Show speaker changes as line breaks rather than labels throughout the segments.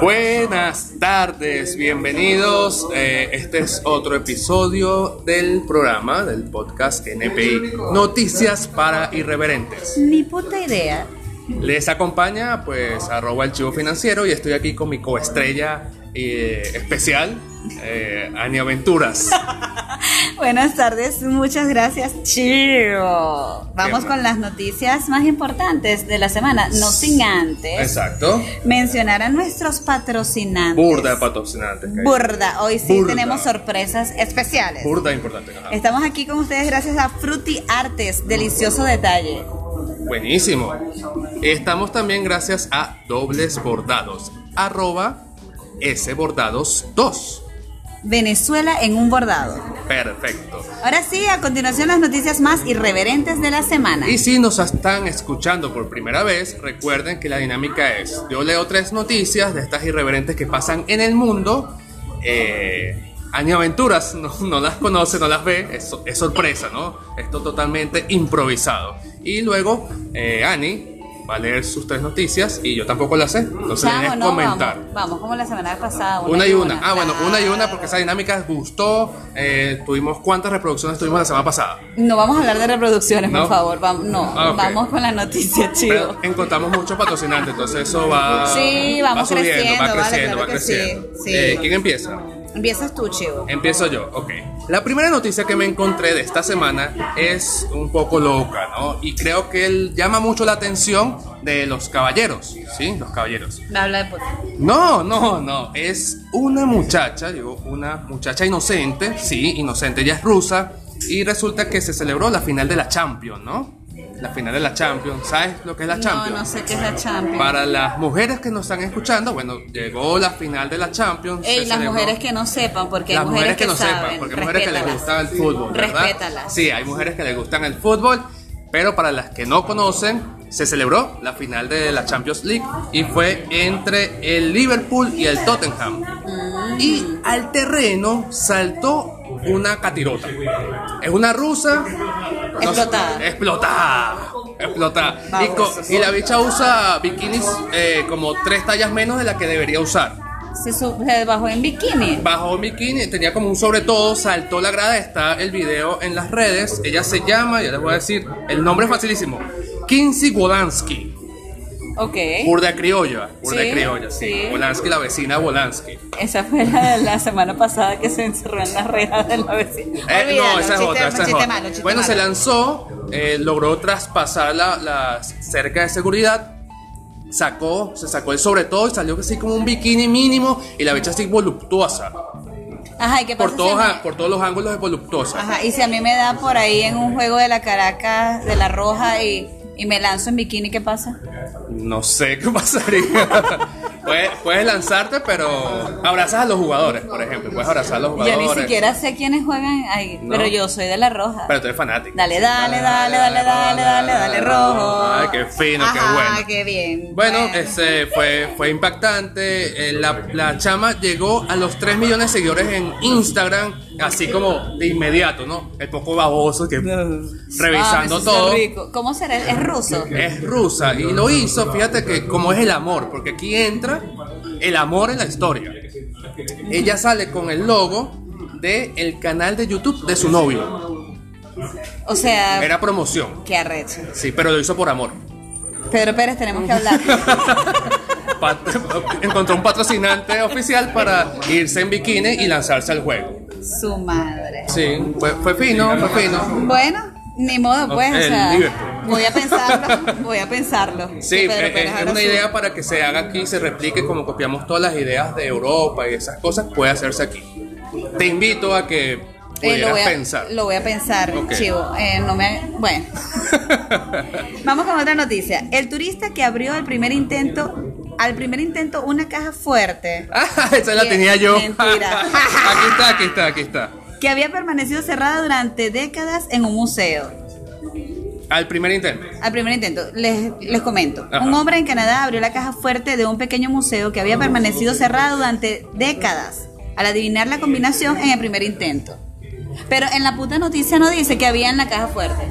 Buenas tardes, bienvenidos. Eh, este es otro episodio del programa, del podcast NPI, Noticias para Irreverentes.
Ni puta idea.
Les acompaña, pues, arroba el chivo financiero y estoy aquí con mi coestrella eh, especial, eh, Ania Venturas.
Buenas tardes, muchas gracias, Chivo. Vamos
Bien.
con las noticias más importantes de la semana, no sin antes
Exacto.
mencionar a nuestros patrocinantes.
Burda de patrocinantes. que hay.
Burda, hoy sí
Burda.
tenemos sorpresas especiales.
Burda importante. ajá.
Estamos aquí con ustedes gracias a Fruti Artes, delicioso detalle.
Buenísimo. Estamos también gracias a Dobles Bordados, arroba sbordados2.
Venezuela en un bordado.
Perfecto.
Ahora sí, a continuación las noticias más irreverentes de la semana.
Y si nos están escuchando por primera vez, recuerden que la dinámica es, yo leo tres noticias de estas irreverentes que pasan en el mundo. Eh, Año Aventuras no, no las conoce, no las ve, es, so- es sorpresa, ¿no? Esto totalmente improvisado. Y luego, eh, Ani va a leer sus tres noticias y yo tampoco las sé, entonces
Vamos,
es
no,
comentar.
Vamos, vamos, como la semana pasada.
Una y una. Ah, bueno, una y una
Claro.
porque esa dinámica gustó. Eh, tuvimos cuántas reproducciones tuvimos la semana pasada.
No vamos a hablar de reproducciones,
¿No?
por favor. Vamos, no,
Ah, ok.
vamos con la noticia, chido.
Pero eh, encontramos muchos patrocinantes, entonces eso va.
Sí, vamos
va subiendo,
creciendo,
va
vale,
creciendo,
claro
va
que sí,
creciendo.
sí.
Eh, ¿Quién empieza?
Empiezas tú, chido.
Empiezo yo, ok. La primera noticia que me encontré de esta semana es un poco loca, ¿no? Y creo que él llama mucho la atención de los caballeros, ¿sí? Los caballeros.
Habla de puta.
No, no, no. Es una muchacha, digo, una muchacha inocente, sí, inocente, ella es rusa. Y resulta que se celebró la final de la Champions, ¿no? La final de la Champions. ¿Sabes lo que es la
No,
Champions?
no sé qué es la Champions.
Para las mujeres que nos están escuchando, bueno, llegó la final de la Champions.
Ey,
se
las
celebró.
mujeres que no sepan, porque hay
Las mujeres que no
saben,
sepan, porque hay mujeres que les gusta
respétalas.
el fútbol, ¿verdad?
Respétalas.
Sí, hay mujeres que les gustan el fútbol, pero para las que no conocen, se celebró la final de la Champions League y fue entre el Liverpool y el Tottenham.
Mm.
Y al terreno saltó una catirota. Es una rusa. no Eh. sé-
Explotada.
explotada. Explotada. Y, co-
Babosos.
y la bicha usa bikinis eh, como tres tallas menos de la que debería usar
Se, su- se bajó en bikini.
bajó bikini, tenía como un sobre todo, saltó la grada, está el video en las redes. Ella se llama, ya les voy a decir, el nombre es facilísimo. Kinsey Wolanski,
Ok.
burda criolla, burda
Sí,
criolla, sí.
sí.
Wolanski, la vecina Wolanski.
Esa fue la, la semana pasada que se encerró en las rejas de la vecina.
Eh, no, esa
Olvídalo,
es
chiste-
otra, esa es
chiste
otra.
malo, chiste
bueno, se
malo.
lanzó, eh, logró traspasar la, la cerca de seguridad, sacó, se sacó el sobre todo y salió así como un bikini mínimo y la bicha así voluptuosa,
Ajá, ¿y qué pasa?
por todos,
si
a- por todos los ángulos es voluptuosa.
Ajá, y si a mí me da por ahí en un juego de la Caracas, de la Roja, y, y me lanzo en bikini, ¿qué pasa?
No sé qué pasaría. puedes, puedes lanzarte, pero abrazas a los jugadores, por ejemplo. Puedes abrazar a los
Yo
jugadores.
ni siquiera sé quiénes juegan ahí,
No.
pero yo soy de la Roja.
Pero tú eres fanático.
Dale, dale, dale, dale, dale, dale, dale, rojo.
Ay, qué fino, qué
Ajá,
bueno.
qué bien.
Bueno, ese fue, fue impactante. Eh, La, la chama llegó a los 3 millones de seguidores en Instagram, así como de inmediato, ¿no? El poco baboso que revisando
Ah, eso
todo.
está rico. ¿Cómo será? ¿Es ruso?
es rusa y lo hizo, fíjate que como es el amor, porque aquí entra el amor en la historia. Ella sale con el logo de el canal de YouTube de su novio.
O sea,
Era promoción.
qué arrecho.
Sí, pero lo hizo por amor.
Pedro Pérez, tenemos que hablar.
Pat- Encontró un patrocinante oficial para irse en bikini y lanzarse al juego.
Su madre.
Sí, fue, fue fino, fue fino.
Bueno, ni modo, pues.
El
o sea,
Liverpool.
voy a pensarlo. Voy a pensarlo.
Sí,
Que Pedro
eh,
Pérez
eh, es
ahora
una
sí.
idea para que se haga aquí y se replique como copiamos todas las ideas de Europa y esas cosas, puede hacerse aquí. Te invito a que
Eh, lo,
pudieras
voy a,
pensar.
lo voy a pensar,
Ok.
chivo. Eh, no me, bueno. Vamos con otra noticia. El turista que abrió al primer intento, al primer intento una caja fuerte
Ah, esa la
Bien,
tenía yo.
mentira.
aquí está, aquí está, aquí está.
que había permanecido cerrada durante décadas en un museo.
Al primer intento.
Al primer intento, les, les comento.
Ajá.
Un hombre en Canadá abrió la caja fuerte de un pequeño museo que había permanecido cerrado durante décadas al adivinar la combinación en el primer intento. Pero en la puta noticia no dice que había en la caja fuerte.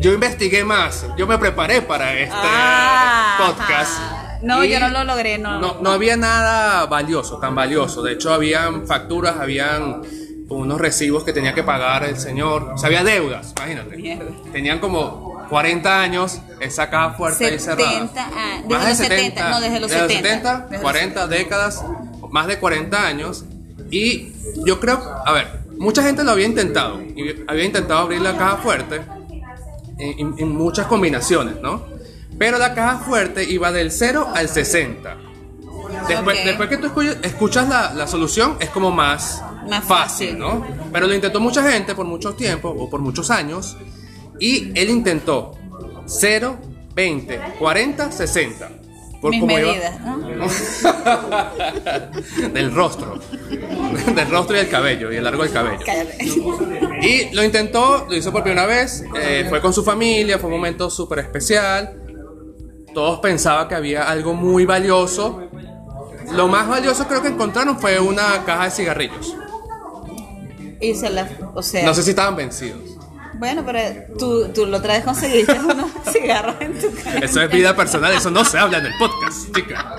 Yo investigué más, yo me preparé para este
Ah,
podcast.
ajá. No,
Y
yo no lo logré, no.
No, no había nada valioso, tan valioso. De hecho, habían facturas, habían unos recibos que tenía que pagar el señor. O sea, había deudas, imagínate.
Mierda.
Tenían como 40 años esa caja fuerte ahí cerrada.
70 ah, desde los 70, no, desde los 70, desde los
40 décadas, más de 40 años. Y yo creo, a ver, mucha gente lo había intentado. y había intentado abrir la caja fuerte en, en- en muchas combinaciones, ¿no? Pero la caja fuerte iba del 0 al 60. Después,
Ok.
después que tú escu- escuchas la, la solución, es como más,
Más fácil.
fácil, ¿no? Pero lo intentó mucha gente por muchos tiempos o por muchos años. Y él intentó 0, 20, 40, 60. Por
Mis
cómo iba-
medidas, ¿no?
del rostro. del rostro y el cabello, y el largo del cabello.
Cállate.
Y lo intentó, lo hizo por primera vez, eh, fue con su familia, fue un momento súper especial. Todos pensaban que había algo muy valioso. Lo más valioso creo que encontraron fue una caja de cigarrillos.
Y se la, o sea,
No sé si estaban vencidos.
bueno, pero tú, tú lo traes conseguiste unos cigarros en tu casa.
Eso es vida personal, eso no se habla en el podcast, chica.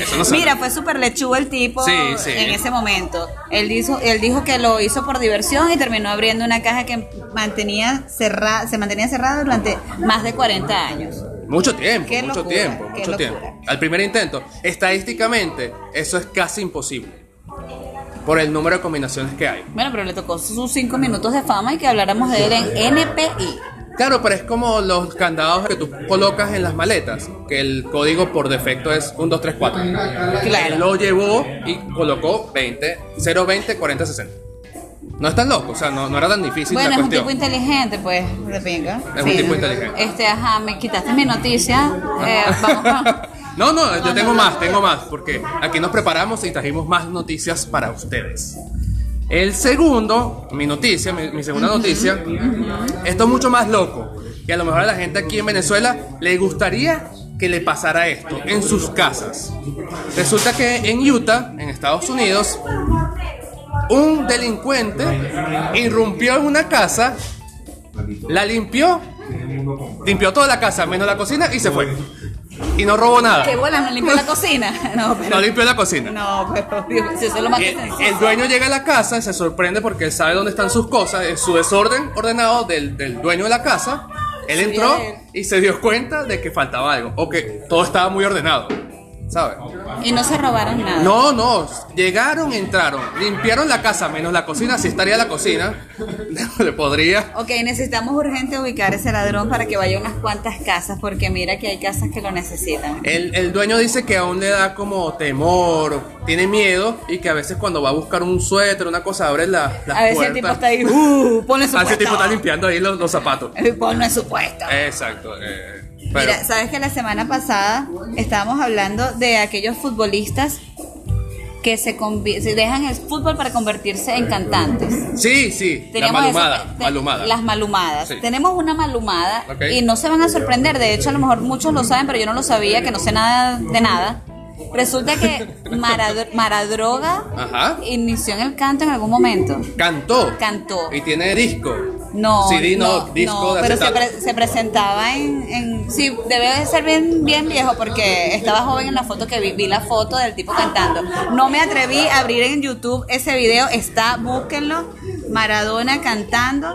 Eso no se
Mira,
habla.
fue súper lechuga el tipo
Sí, sí.
en ese momento. Él dijo, él dijo que lo hizo por diversión y terminó abriendo una caja que mantenía cerrada, se mantenía cerrada durante más de 40 años.
Mucho tiempo,
Qué
mucho
locura,
tiempo,
qué
mucho
locura.
tiempo. Al primer intento, estadísticamente, eso es casi imposible. Por el número de combinaciones que hay.
Bueno, pero le tocó sus 5 minutos de fama y que habláramos de él en NPI.
Claro, pero es como los candados que tú colocas en las maletas, que el código por defecto es 1, 2, 3, 4.
Claro.
Él lo llevó y colocó 20, 0, 20, 40, 60. No es tan loco, o sea, no, no era tan difícil
Bueno,
la
es un
cuestión.
tipo inteligente, pues, de pinga.
Es un tipo inteligente. Ah.
Este, ajá, me quitaste mi noticia. Eh, vamos con-
no, no, yo tengo más, tengo más, porque aquí nos preparamos y trajimos más noticias para ustedes. El segundo, mi noticia, mi, mi segunda noticia, esto es mucho más loco. Y a lo mejor a la gente aquí en Venezuela le gustaría que le pasara esto en sus casas. Resulta que en Utah, en Estados Unidos, un delincuente irrumpió en una casa, la limpió, limpió toda la casa, menos la cocina, y se fue. Y no robó nada.
Que bueno, no limpió la cocina. No, pero.
No limpió la cocina.
No, pero Dios, si eso es lo más
Y
que
Eh, El,
se
el dueño llega a la casa y se sorprende porque él sabe dónde están sus cosas, eh, su desorden ordenado del, del dueño de la casa. Él entró y se dio cuenta de que faltaba algo o que todo estaba muy ordenado, ¿sabes?
Y no se robaron nada.
No, no, llegaron, entraron, limpiaron la casa, menos la cocina, si estaría la cocina, le podría.
Ok, necesitamos urgente ubicar ese ladrón para que vaya a unas cuantas casas, porque mira que hay casas que lo necesitan.
El, el dueño dice que aún le da como temor, tiene miedo y que a veces cuando va a buscar un suéter, una cosa, abre la, las
a veces el
puertas.
tipo está ahí, uh, ponle su
Ah, ese
puesto.
tipo está limpiando ahí los, los zapatos.
Eh, Ponlo en su puesto.
Exacto. eh, pero
Mira, sabes que la semana pasada estábamos hablando de aquellos futbolistas que se, convi- se dejan el fútbol para convertirse en cantantes.
sí, sí, la
Teníamos
malhumada,
esa- te-
malhumada.
pues, Las malumadas.
Sí.
Tenemos una malhumada
Ok.
y no se van a sorprender. De hecho, a lo mejor muchos lo saben, pero yo no lo sabía, que no sé nada de nada. Resulta que Marad- Maradroga
Ajá.
inició en el canto en algún momento.
Cantó.
Cantó.
Y tiene disco.
No,
CD no,
no,
disco
no,
de
pero se,
acetato.
pre- se presentaba en, en- Sí, debe de ser bien, bien viejo porque estaba joven en la foto que vi, vi la foto del tipo cantando. No me atreví a abrir en YouTube ese video, está, búsquenlo, Maradona cantando,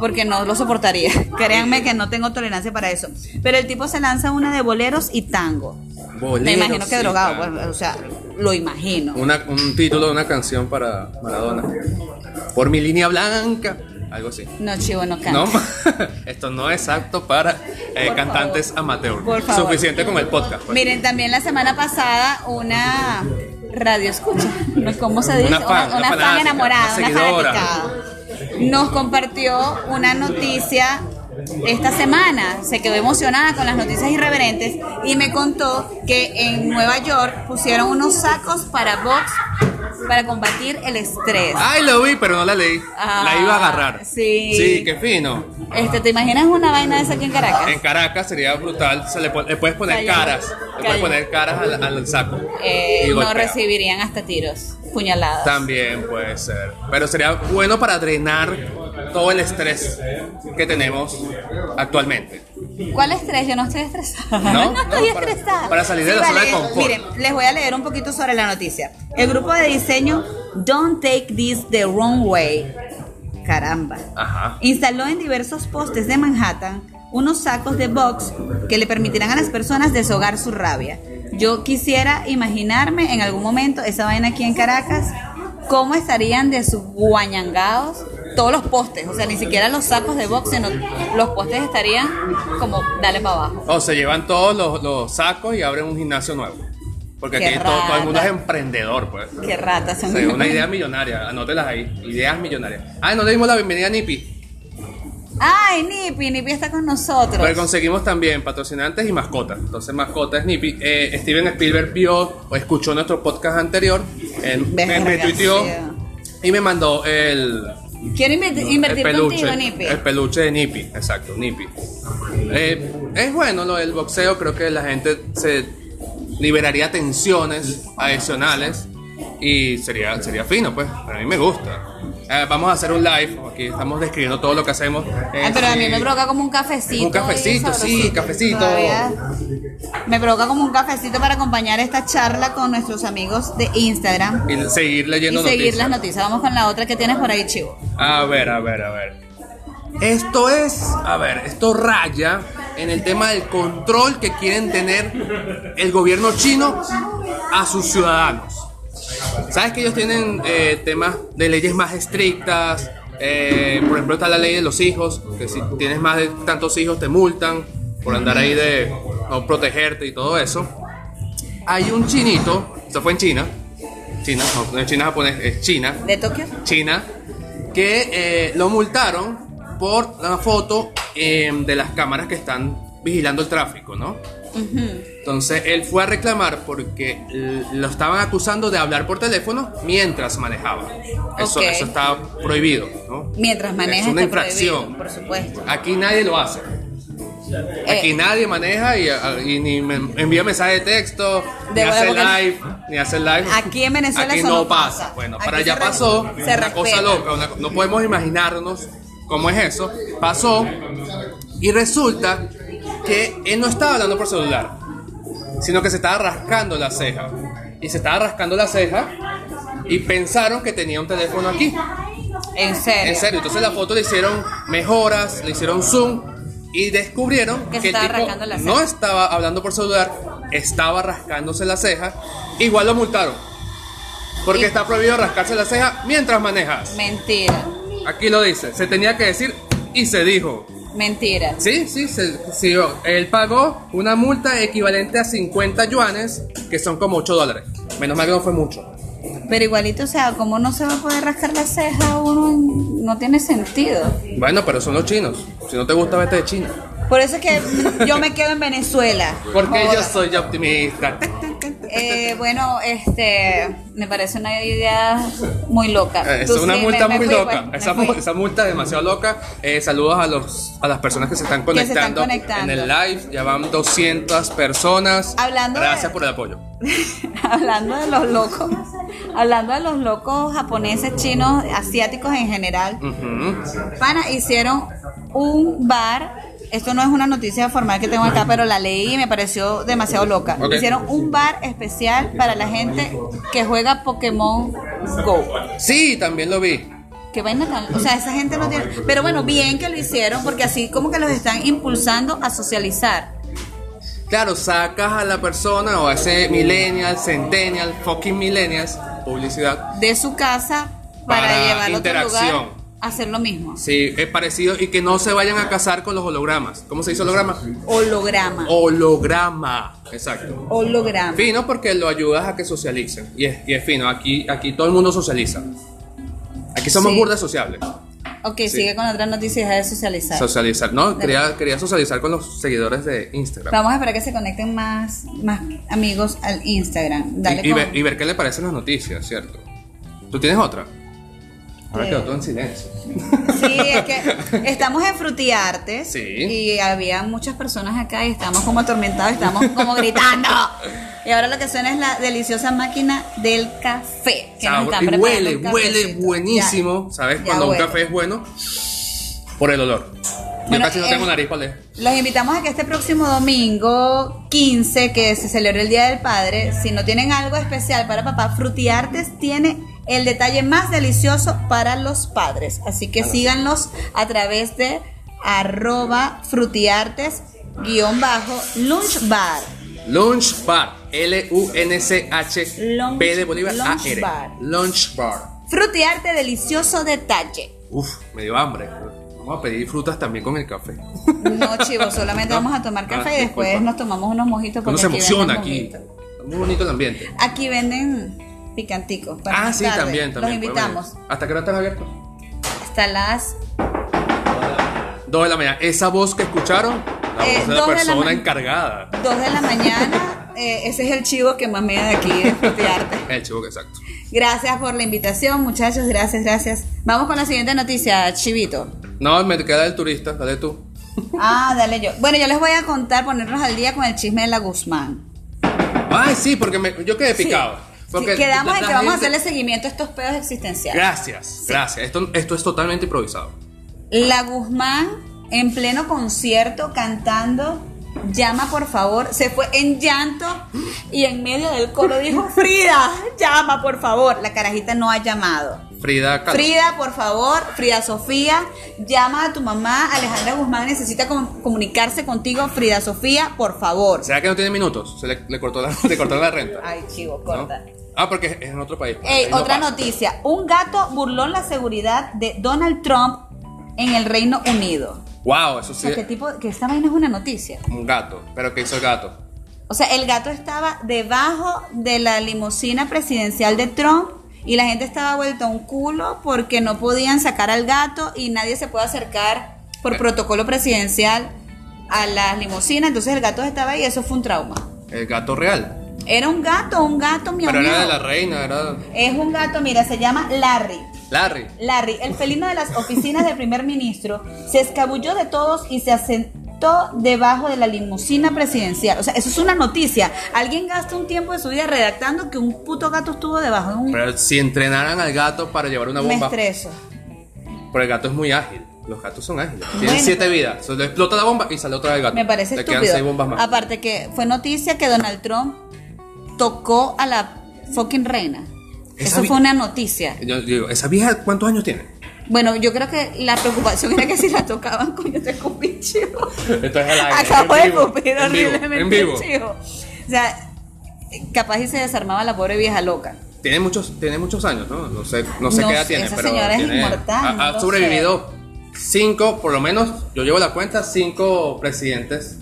porque no lo soportaría. Créanme que no tengo tolerancia para eso. Pero el tipo se lanza una de boleros y tango.
Boleros
me imagino que
y
drogado,
tango.
pues, o sea, lo imagino.
Una- un título de una canción para Maradona. Por mi línea blanca. Algo así.
No, chivo, no canta.
No, esto no es apto para eh,
Por
cantantes
favor.
amateur.
Por favor.
Suficiente con el podcast. pues.
Miren, también la semana pasada una radio escucha, ¿no? ¿cómo se dice?
Una fan, una fanática,
enamorada,
una
una
seguidora.
fanaticada. Nos compartió una noticia esta semana, se quedó emocionada con las noticias irreverentes y me contó que en Nueva York pusieron unos sacos para box para combatir el estrés.
Ay, lo vi, pero no la leí.
Ah,
la iba a agarrar.
sí.
Sí, qué fino.
Este, ¿te imaginas una vaina de esa aquí en Caracas?
En Caracas sería brutal. Se le, pon- le puedes poner
Cayó.
caras. Le puedes
Cayó.
poner caras al, al saco.
Eh,
Y
no
golpea.
recibirían hasta tiros, puñaladas.
También puede ser. Pero sería bueno para drenar todo el estrés que tenemos actualmente.
¿Cuál estrés? Yo no estoy estresada.
No,
No,
no,
estoy
para-
estresada.
para salir de la zona de confort.
Miren, les voy a leer un poquito sobre la noticia. El grupo de diseño Don't Take This the Wrong Way. Caramba.
Ajá.
Instaló en diversos postes de Manhattan unos sacos de box que le permitirán a las personas deshogar su rabia. Yo quisiera imaginarme en algún momento esa vaina aquí en Caracas, cómo estarían desguañangados todos los postes, o sea, ni siquiera los sacos de box, sino los postes estarían como dale para abajo.
O se llevan todos los, los sacos y abren un gimnasio nuevo. Porque
Qué
aquí todo, todo el mundo es
rata.
emprendedor, pues.
Qué ratas
O
son.
sea, una idea millonaria, anótelas ahí. Ideas millonarias. Ah, no le dimos la bienvenida a Nipi.
Ay, Nipi, Nipi está con nosotros.
Pero conseguimos también patrocinantes y mascotas. Entonces, mascota es Nipi. Eh, Steven Spielberg vio o escuchó nuestro podcast anterior. Él me, me
Verga,
tuiteó
sí.
y me mandó el,
Quiero invertir,
el
invertir
peluche.
contigo, Nipi.
El peluche de Nipi, exacto, Nipi. Eh, es bueno lo del boxeo, creo que la gente se liberaría tensiones adicionales y sería, sería fino, pues. Pero a mí me gusta. Eh, vamos a hacer un live, aquí estamos describiendo todo lo que hacemos. Eh,
Ay, pero a mí
sí.
me provoca como un cafecito.
Un cafecito,
ahí,
sí,
sabrosito.
cafecito.
Todavía Me provoca como un cafecito para acompañar esta charla con nuestros amigos de Instagram
Y seguir
y
leyendo
seguir
noticias.
las noticias. Vamos con la otra que tienes por ahí, Chivo.
A ver, a ver, a ver. Esto es, a ver, esto raya en el tema del control que quieren tener el gobierno chino a sus ciudadanos. Sabes que ellos tienen eh, temas de leyes más estrictas. eh, por ejemplo, está la ley de los hijos, que si tienes más de tantos hijos te multan por andar ahí de no protegerte y todo eso. Hay un chinito, esto fue en China, China, no, no es China japonés, es China,
¿De Tokio?
China, que eh, lo multaron por la foto eh, de las cámaras que están vigilando el tráfico, ¿no? Entonces él fue a reclamar porque l- lo estaban acusando de hablar por teléfono mientras manejaba. Eso,
Ok.
eso está prohibido, ¿no?
Mientras manejas.
Es una
está
infracción.
prohibido, por supuesto.
Aquí nadie lo hace. Aquí
Eh,
nadie maneja y, y ni me envía mensaje de texto, ni
De
hace
huevo que-
live, ni hace live.
Aquí en Venezuela
Aquí
eso
no
no
pasa.
pasa.
Bueno,
Aquí
para
se
allá
re-
pasó
se
una cosa
respeta.
loca, una- no podemos imaginarnos cómo es eso. Pasó y resulta que él no estaba hablando por celular, sino que se estaba rascando la ceja. Y se estaba rascando la ceja y pensaron que tenía un teléfono aquí.
en serio.
En serio, entonces la foto le hicieron mejoras, le hicieron zoom y descubrieron
Que
que,
se
el
estaba
tipo
rascando la ceja.
no estaba hablando por celular, estaba rascándose la ceja. Igual lo multaron. Porque
Y-
está prohibido rascarse la ceja mientras manejas.
Mentira.
Aquí lo dice, se tenía que decir y se dijo.
Mentira.
Sí, sí, se, sí, oh, él pagó una multa equivalente a 50 yuanes, que son como 8 dólares. Menos mal que no fue mucho.
Pero igualito, o sea, ¿cómo no se va a poder rascar la ceja uno? No tiene sentido.
Bueno, pero son los chinos. Si no te gusta, vete de China.
Por eso es que yo me quedo en Venezuela.
Porque yo
Joda.
soy optimista.
Eh, bueno, este, me parece una idea muy loca.
Eh, Es
Tú
una
sí, me-
multa
me
muy
fui,
loca.
pues, me
esa,
fui.
mu- esa multa es demasiado loca. Eh, saludos a los a las personas que se están
Que se están
conectando,
conectando.
en el live. Ya van 200 personas.
Hablando de-
Gracias por el apoyo.
hablando de los locos, hablando de los locos japoneses, chinos, asiáticos en general,
Ujú.
pana, hicieron un bar. Esto no es una noticia formal que tengo acá, pero la leí y me pareció demasiado loca.
Ok.
Hicieron un bar especial para la gente que juega Pokémon Go.
Sí, también lo vi.
Qué vaina tan- O sea, esa gente no tiene. Pero bueno, bien que lo hicieron, porque así como que los están impulsando a socializar.
Claro, sacas a la persona o a ese millennial, centennial, fucking millennials, publicidad.
De su casa para,
Para
llevarlo a otro lugar,
interacción.
hacer lo mismo.
Sí, es parecido y que no se vayan a casar con los hologramas. ¿Cómo se dice holograma?
Holograma.
Holograma. Exacto.
Holograma.
Fino porque lo ayudas a que socialicen. Y es, y es fino, aquí, aquí todo el mundo socializa. Aquí somos
Sí.
burdas sociables.
Ok, sigue con otra noticia deja de socializar.
Socializar, no, quería, quería socializar con los seguidores de Instagram.
Vamos a esperar que se conecten más, más amigos al Instagram. Dale
Y, y
con-
ver, y ver qué le parecen las noticias, ¿cierto? ¿Tú tienes otra? Ahora
Eh.
quedó todo en silencio.
Sí, es que estamos en Frutiartes
Sí.
y había muchas personas acá y estamos como atormentados, estamos como gritando. Y ahora lo que suena es la deliciosa máquina del café. Que nos
Sabor-
está
y
preparando
huele,
un
huele
cafecito.
buenísimo.
Ya,
¿Sabes?
ya
Cuando
huele.
un café es bueno, por el olor. Yo
Bueno,
casi no tengo
eh,
nariz para oler.
Los invitamos a que este próximo domingo 15, que se celebra el Día del Padre, si no tienen algo especial para papá, Frutiartes tiene el detalle más delicioso para los padres. Así que síganlos a través de arroba frutiartes guión bajo lunch bar.
Lunch Bar. L-U-N-C-H.
Lunch-
P de Bolívar.
Lunch
A-R.
Bar.
Lunch Bar.
Frutiarte, delicioso detalle.
Uf, me dio hambre. Vamos a pedir frutas también con el café.
No, chivo, solamente vamos a tomar café
Ah,
y después
disculpa.
nos tomamos unos mojitos.
Uno
porque
se
aquí venden
emociona aquí.
mojitos.
Está Muy bonito el ambiente.
Aquí venden picanticos. para
ah,
más
sí,
tarde.
también, también.
Los
puede
invitamos.
venir. ¿Hasta qué hora estás abierto?
Hasta las
Dos de la mañana. Esa voz que escucharon, la
Eh,
voz de
dos
la
de la
persona
ma-
encargada.
2 de la mañana. Eh, ese es el chivo que más me da de aquí de frutearte.
El chivo, exacto.
Gracias por la invitación, muchachos. Gracias, gracias. Vamos con la siguiente noticia, Chivito.
No, me queda el turista, dale tú.
Ah, dale yo. Bueno, yo les voy a contar, ponernos al día con el chisme de la Guzmán.
Ay, sí, porque me- yo quedé picado.
Sí,
Porque
quedamos
la-
en
la
que vamos a
gente-
hacerle seguimiento a estos pedos existenciales.
Gracias, gracias. Esto, esto es totalmente improvisado.
La Guzmán en pleno concierto cantando Llama por favor, se fue en llanto y en medio del coro dijo Frida, llama por favor. La carajita no ha llamado.
Frida Kahlo.
Frida, por favor, Frida Sofía, llama a tu mamá, Alejandra Guzmán necesita com- comunicarse contigo, Frida Sofía, por favor.
¿Será que no tiene minutos? Se le, le cortó la, le cortaron la renta.
Ay, chivo,
¿no?
corta.
Ah, porque es- es en otro país.
Ey,
Ahí no
otra
pasa.
noticia. Un gato burló la seguridad de Donald Trump en el Reino Unido.
Wow, eso
O
sí.
sea, que tipo, que esta vaina es una noticia.
Un gato. ¿Pero qué hizo el gato?
O sea, el gato estaba debajo de la limusina presidencial de Trump y la gente estaba vuelta un culo porque no podían sacar al gato y nadie se puede acercar por
Eh.
protocolo presidencial a la limusina. Entonces el gato estaba ahí y eso fue un trauma.
El gato real.
Era un gato, un gato, mi
Pero
amor.
era de la reina, era
Es un gato, mira, se llama Larry.
Larry.
Larry, el felino de las oficinas del primer ministro, se escabulló de todos y se asentó debajo de la limusina presidencial. O sea, eso es una noticia. Alguien gasta un tiempo de su vida redactando que un puto gato estuvo debajo de un...
Pero si entrenaran al gato para llevar una
Me
bomba.
estreso.
Pero el gato es muy ágil. Los gatos son ágiles. Tienen
Bueno,
siete
pero-
vidas. Se le explota la bomba y sale otra del gato.
Me parece
Le quedan seis
estúpido.
bombas más.
Aparte que fue noticia que Donald Trump tocó a la fucking reina.
Esa
Eso
vi-
fue una noticia.
Yo digo, ¿esa vieja cuántos años tiene?
Bueno, yo creo que la preocupación era que si la tocaban, coño, te escupí, chivo.
Esto es el aire,
Acabo
en
de
vivo,
escupir
en vivo,
pues, horriblemente,
en vivo.
chivo. O sea, capaz y se desarmaba la pobre vieja loca.
Tiene muchos, tiene muchos años, ¿no? No sé, no sé
No
qué edad
sé,
tiene,
esa
pero
señora es
tiene-
inmortal,
ha, ha
no
sobrevivido cinco, por lo menos, yo llevo la cuenta, cinco presidentes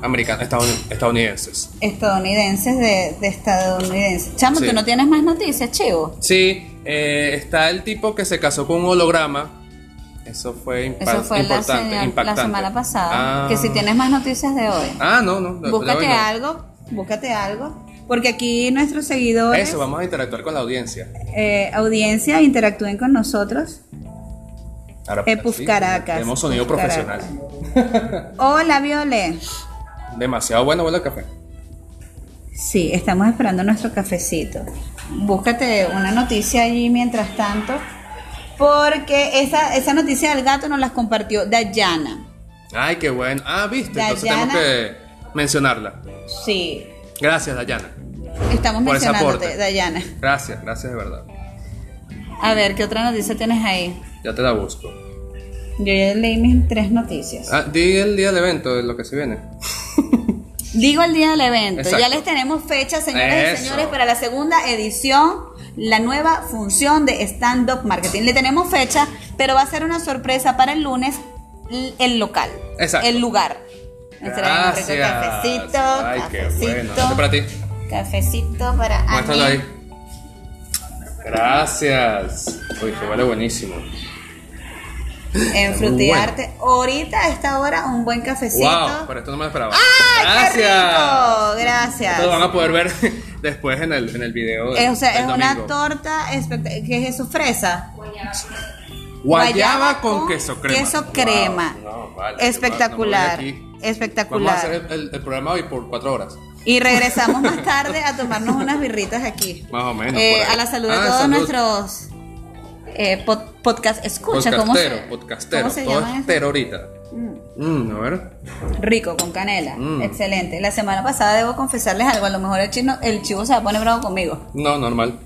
americanos, estadouni- estadounidenses.
Estadounidenses de, de estadounidenses. Chamo,
Sí.
tú no tienes más noticias, chivo.
Sí, eh, está el tipo que se casó con un holograma. Eso fue, impa-
Eso fue la,
importante,
señal- la
impactante.
semana pasada.
Ah.
Que si tienes más noticias de hoy,
Ah, no, no. de- de
búscate
hoy no.
algo, búscate algo. Porque aquí nuestros seguidores,
Eso, vamos a interactuar con la audiencia.
eh, audiencia, interactúen con nosotros.
Ahora, pues,
Eh, Puf
sí,
Caracas,
Tenemos sonido
Puf
profesional.
Hola, Violet.
Demasiado bueno, huele el café.
Sí, estamos esperando nuestro cafecito. Búscate una noticia allí mientras tanto, porque esa, esa noticia del gato nos las compartió Dayana.
Ay, qué bueno. Ah, viste, entonces tenemos que mencionarla.
Sí,
Gracias, Dayana.
estamos
Por ese
mencionándote,
aporte.
Dayana.
Gracias, gracias de verdad.
A ver, ¿qué otra noticia tienes ahí?
Ya te la busco.
Yo ya leí mis tres noticias.
Ah, di el día del evento, de lo que se viene.
Digo el día del evento.
Exacto.
Ya les tenemos fecha, señoras
Eso.
y señores, para la segunda edición, la nueva función de Stand Up Marketing. Le tenemos fecha, pero va a ser una sorpresa para el lunes l- el local,
Exacto.
el lugar. Nos traemos un rico cafecito,
Ay,
cafecito,
qué bueno. Este para ti.
cafecito para
Muéstralo
Ani.
ahí. Gracias. Uy, que vale buenísimo.
en
Está muy
frutearte. Ahorita a esta hora un buen cafecito.
Wow, pero esto no me lo esperaba.
¡Ay, qué
Gracias.
rico! Gracias.
Esto lo van a poder ver después en el, en el video. del-
Es, o sea,
del
es una
domingo.
torta espect- que es eso, fresa.
Guayaba con queso crema.
queso
Wow,
crema.
no, vale,
espectacular,
no voy aquí. Vamos a
espectacular.
hacer el, el- el programa hoy por cuatro horas.
Y regresamos más tarde a tomarnos unas birritas aquí.
Más o menos,
Eh,
por ahí.
a la salud de
Ah,
todos
salud.
nuestros eh, pod- podcast escucha. ¿cómo se-
Podcastero, podcastero.
¿Cómo se
todo
llama
es
eso?
tero ahorita. Mm, a ver.
Rico, con canela.
Mm.
Excelente. La semana pasada debo confesarles algo. A lo mejor el, chino, el chivo se va a poner bravo conmigo.
No, normal.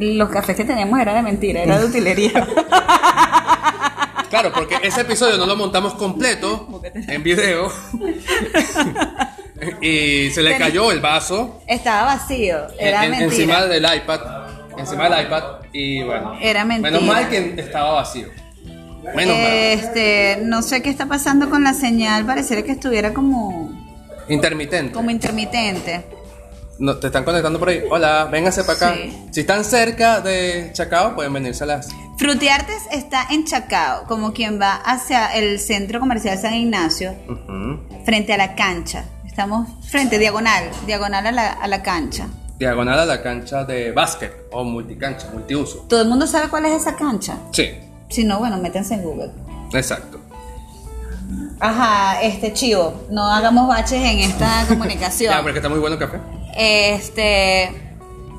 Los cafés que teníamos eran de mentira, era de utilería.
Claro, porque ese episodio no lo montamos completo en video. y se le cayó el vaso
Estaba vacío, era
en- en-
mentira.
encima del iPad. Encima del iPad. Y bueno.
Era mentira.
Menos mal que estaba vacío. Menos mal.
Este, no sé qué está pasando con la señal, pareciera que estuviera como,
Intermitente.
como intermitente.
No, te están conectando por ahí. Hola, vénganse para acá.
Sí.
Si están cerca de Chacao, pueden venirse a las.
Fruteartes está en Chacao, como quien va hacia el centro comercial San Ignacio,
Ujú.
frente a la cancha. Estamos frente, diagonal, diagonal a la, a la cancha.
Diagonal a la cancha de básquet o multicancha, multiuso.
Todo el mundo sabe cuál es esa cancha.
Sí,
Si no, bueno, métanse en Google.
exacto.
Ajá, este chivo, no hagamos baches en esta comunicación.
Ya, pero es que está muy bueno el café.
Este,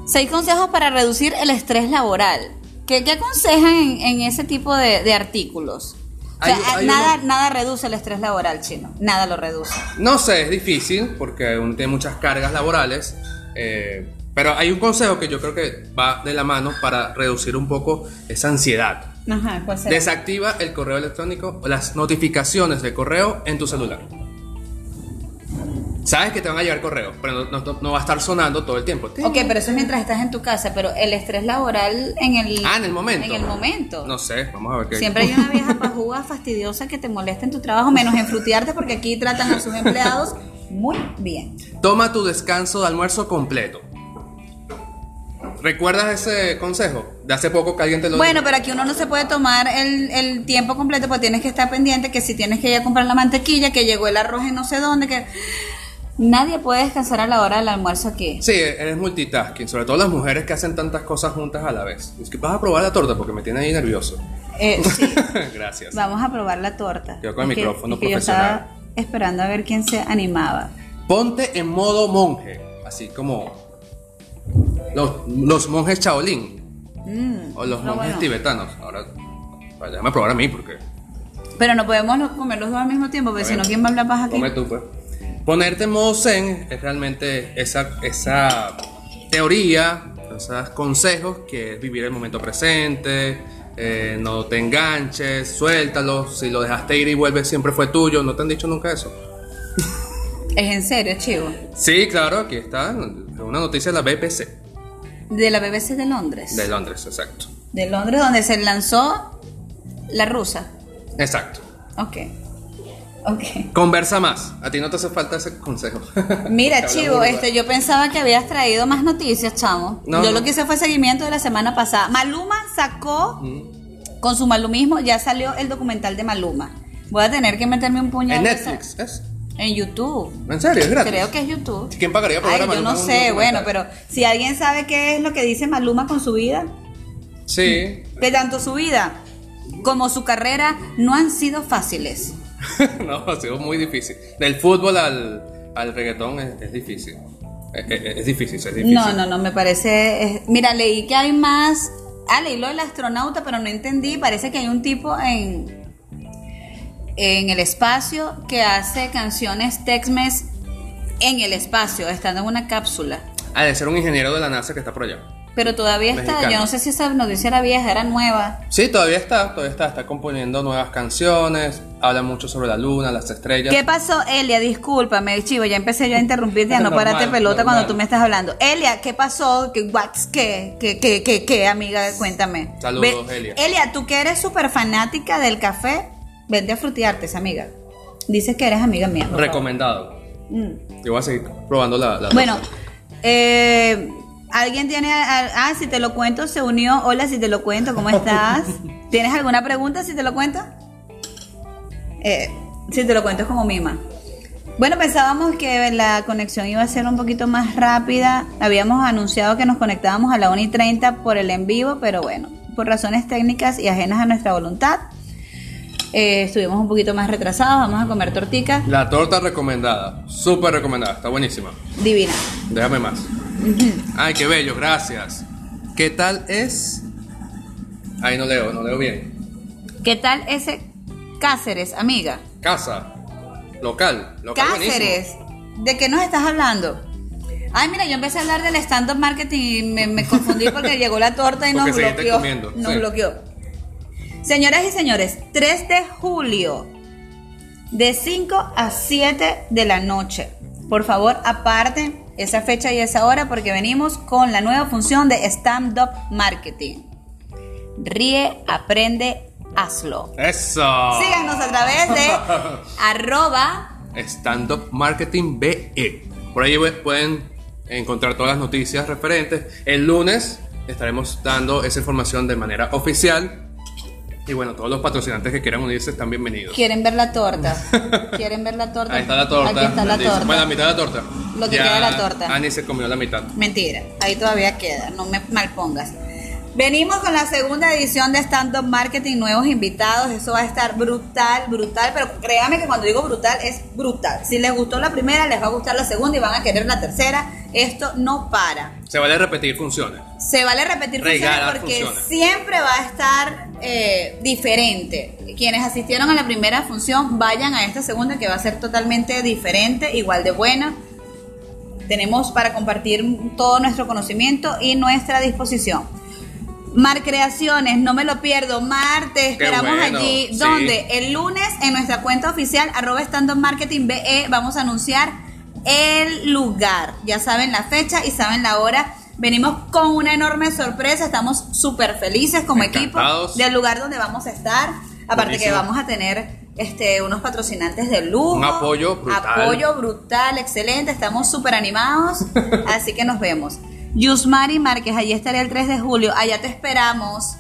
seis consejos para reducir el estrés laboral. ¿Qué, qué aconsejan en, en ese tipo de, de artículos? O sea,
Hay- hay
nada,
uno-
nada reduce el estrés laboral chino, nada lo reduce.
No sé, es difícil porque uno tiene muchas cargas laborales, eh, pero hay un consejo que yo creo que va de la mano para reducir un poco esa ansiedad.
Ajá, ¿cuál será?
Desactiva el correo electrónico o las notificaciones de correo en tu celular. Sabes que te van a llegar correos, pero no, no- no va a estar sonando todo el tiempo.
Ok, pero eso es mientras estás en tu casa, pero el estrés laboral en el...
Ah, en el momento.
En el momento.
No sé, vamos a ver qué.
Siempre hay una vieja pajúa fastidiosa que te molesta en tu trabajo, menos en frutearte, porque aquí tratan a sus empleados muy bien.
Toma tu descanso de almuerzo completo. ¿Recuerdas ese consejo? De hace poco que alguien te lo
Bueno, pero aquí uno no se puede tomar el, el tiempo completo, pues tienes que estar pendiente que si tienes que ir a comprar la mantequilla, que llegó el arroz en no sé dónde, que nadie puede descansar a la hora del almuerzo aquí.
Sí, eres multitasking, sobre todo las mujeres que hacen tantas cosas juntas a la vez. Es que vas a probar la torta porque me tiene ahí nervioso.
Eh, sí,
Gracias.
vamos a probar la torta.
Yo con el
Es que-
micrófono
es que yo
profesional.
estaba esperando a ver quién se animaba.
Ponte en modo monje, así como los, los monjes Shaolin
Mm,
o los
no,
monjes
bueno.
tibetanos. Ahora, vaya, déjame probar a mí porque
Pero no podemos no- comer los dos al mismo tiempo, porque
A
si no,
ver.
¿quién va a hablar paja aquí?
come tú, pues. Ponerte en modo zen es realmente esa, esa teoría, esos consejos que es vivir el momento presente, eh, no te enganches, suéltalo, si lo dejaste ir y vuelve siempre fue tuyo, ¿no te han dicho nunca eso?
Es en serio, chivo.
Sí, claro, aquí está, una noticia de la BBC,
De la BBC de Londres.
de Londres, exacto.
de Londres, donde se lanzó la rusa.
Exacto.
Ok. Ok.
Conversa más, a ti no te hace falta ese consejo.
Mira,
Hablamos
Chivo,
burda.
este, yo pensaba que habías traído más noticias, chamo.
No,
yo
no.
lo que hice fue seguimiento de la semana pasada. Maluma sacó
Mm.
con su malumismo, ya salió el documental de Maluma. Voy a tener que meterme un puñal.
En
de esa-
Netflix, ¿es?
En YouTube.
¿En serio? ¿Es gratis?
Creo que es YouTube.
¿Quién pagaría por ver
Ay,
a
yo
Maluma
no
en un
sé, bueno,
documental?
pero si alguien sabe qué es lo que dice Maluma con su vida,
Sí,
que tanto su vida como su carrera no han sido fáciles.
no, ha sido muy difícil. Del fútbol al, al reggaetón es, es difícil. Es, es- es difícil, es difícil.
No, no, no, me parece. es- mira, leí que hay más. Ah, leí lo del astronauta, pero no entendí. Parece que hay un tipo en. En el espacio que hace canciones Tex-Mex en el espacio, estando en una cápsula.
Ha de ser un ingeniero de la NASA que está por allá.
Pero todavía está.
Mexicano.
Yo no sé si esa noticia era vieja, era nueva.
Sí, todavía está, todavía está. Está componiendo nuevas canciones, habla mucho sobre la luna, las estrellas.
¿Qué pasó, Elia? Discúlpame, chivo, ya empecé yo a interrumpirte, ya no
Normal,
parate pelota cuando
normal.
tú me estás hablando. Elia, ¿qué pasó? ¿Qué, what's qué? ¿Qué, qué, qué, qué, amiga? Cuéntame.
Saludos, Elia.
Elia, tú que eres súper fanática del café, vente a frutearte, esa amiga. Dices que eres amiga mía. por favor.
Recomendado.
Mm.
Yo voy a seguir probando la. la
Bueno,
taza.
eh, alguien tiene. Ah, si te lo cuento, se unió. Hola, si te lo cuento, ¿cómo estás? ¿Tienes alguna pregunta si te lo cuento? Eh, si te lo cuento es como mima. Bueno, pensábamos que la conexión iba a ser un poquito más rápida. Habíamos anunciado que nos conectábamos a la 1 y 30 por el en vivo, pero bueno, por razones técnicas y ajenas a nuestra voluntad, eh, estuvimos un poquito más retrasados. Vamos a comer tortica
La torta recomendada, súper recomendada, está buenísima.
divina.
Déjame más. Ay, qué bello, gracias. ¿Qué tal es Ahí no leo, no leo bien.
¿Qué tal ese Cáceres, amiga?
Casa. Local. Local
Cáceres, ¿de qué nos estás hablando? Ay, mira, yo empecé a hablar del stand-up marketing y me, me confundí porque llegó la torta y nos
Porque seguiste
bloqueó.
comiendo,
Nos
sí.
bloqueó. Señoras y señores, 3 de julio, de 5 a 7 de la noche. Por favor, aparten esa fecha y esa hora porque venimos con la nueva función de stand-up marketing. Ríe, aprende, hazlo.
buenísimo. Eso.
Síganos a través de arroba
Stand Up Marketing BE. Por ahí pues, pueden encontrar todas las noticias referentes. El lunes estaremos dando esa información de manera oficial. Y bueno, todos los patrocinantes que quieran unirse están bienvenidos.
Quieren ver la torta. Quieren ver la torta.
Ahí está la torta.
Aquí está la
Dice-
torta.
Bueno, la mitad de la torta.
Lo que queda de la torta.
Ani se comió la mitad.
Mentira, ahí todavía queda. No me malpongas. Venimos con la segunda edición de Stand Up Marketing, nuevos invitados. Eso va a estar brutal, brutal. Pero créame que cuando digo brutal es brutal. Si les gustó la primera, les va a gustar la segunda y van a querer la tercera. Esto no para.
Se vale repetir funciones.
Se vale repetir funciones
Regala
porque
funciones.
siempre va a estar eh, diferente. Quienes asistieron a la primera función, vayan a esta segunda que va a ser totalmente diferente, igual de buena. Tenemos para compartir todo nuestro conocimiento y nuestra disposición. Mar Creaciones, no me lo pierdo. Mar, te esperamos
bueno,
allí.
sí.
¿Dónde? El lunes en nuestra cuenta oficial, arroba estando marketing BE, vamos a anunciar el lugar. Ya saben la fecha y saben la hora. Venimos con una enorme sorpresa. Estamos súper felices como equipo
Encantados.
del lugar donde vamos a estar. Aparte que
Buenísimo.
vamos a tener este, unos patrocinantes de lujo.
Un apoyo brutal.
Apoyo brutal, excelente. Estamos súper animados. así que nos vemos. Yusmari Márquez, allí estaré el 3 de julio. Allá te esperamos.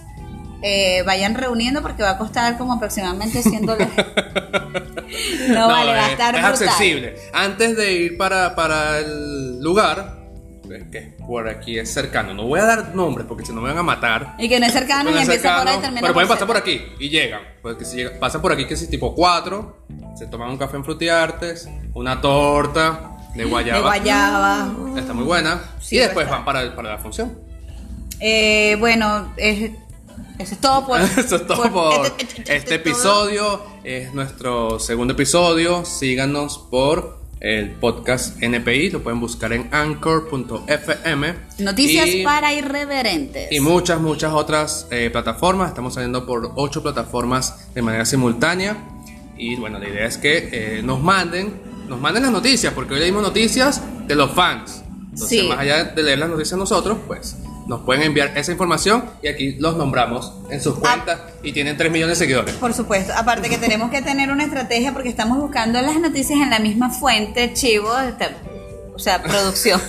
Eh, vayan reuniendo porque va a costar como aproximadamente 100 dólares. No, vale, va a
es-
estar
eh, Es
brutal.
accesible. Antes de ir para, para el lugar, que es por aquí es cercano, no voy a dar nombres porque si no me van a matar.
Y que Ah, no es cercano
Bueno,
y empieza por ahí y
cercano,
termina
pero pueden pasar por
cerca.
aquí y llegan. Porque si llegan- pasan por aquí, que es tipo 4, se toman un café en Frutiartes, una torta de guayaba.
De guayaba.
Está muy buena.
Sí,
y después
está.
van para, el- para la función.
Eh, bueno, es- eso es todo por.
Eso es todo por
este- este- este-
este
todo.
episodio. Es nuestro segundo episodio. Síganos por el podcast NPI. Lo pueden buscar en anchor.fm.
Noticias
Y-
para irreverentes.
Y muchas, muchas otras eh, plataformas. Estamos saliendo por ocho plataformas de manera simultánea. Y bueno, la idea es que eh, nos manden, nos manden las noticias, porque hoy leímos noticias de los fans. Entonces,
Sí.
más allá de leer las noticias nosotros, pues nos pueden enviar esa información y aquí los nombramos en
Ah.
sus cuentas y tienen 3 millones de seguidores.
Por supuesto, aparte que tenemos que tener una estrategia porque estamos buscando las noticias en la misma fuente, chivo, esta- o sea, producción.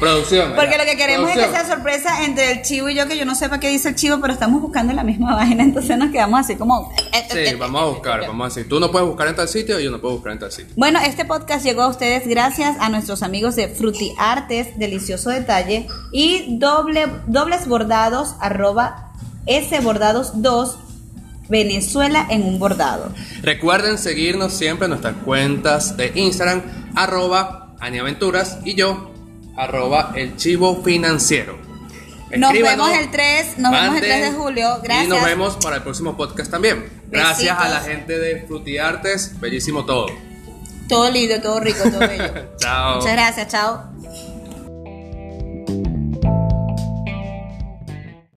Producción.
Porque
¿verdad?
lo que queremos es que
Producción.
sea sorpresa entre el chivo y yo, que yo no sepa qué dice el chivo, pero estamos buscando la misma página, entonces nos quedamos así como... eh,
Sí, vamos a buscar, vamos a decir, tú no puedes buscar en tal sitio y yo no puedo buscar en tal sitio.
Bueno, este podcast llegó a ustedes gracias a nuestros amigos de Fruti Artes, Delicioso Detalle, y doble, dobles bordados, arroba sbordados 2, Venezuela en un bordado.
Recuerden seguirnos siempre en nuestras cuentas de Instagram, arroba Aniaventuras y yo, arroba El Chivo Financiero.
Nos
Escríbanos,
vemos el 3, nos vemos el 3 de julio. Gracias.
Y nos vemos para el próximo podcast también. Gracias a la
Besitos.
gente de Frutiartes, bellísimo todo.
Todo lindo, todo rico, todo bello.
Chao.
Muchas gracias, chao.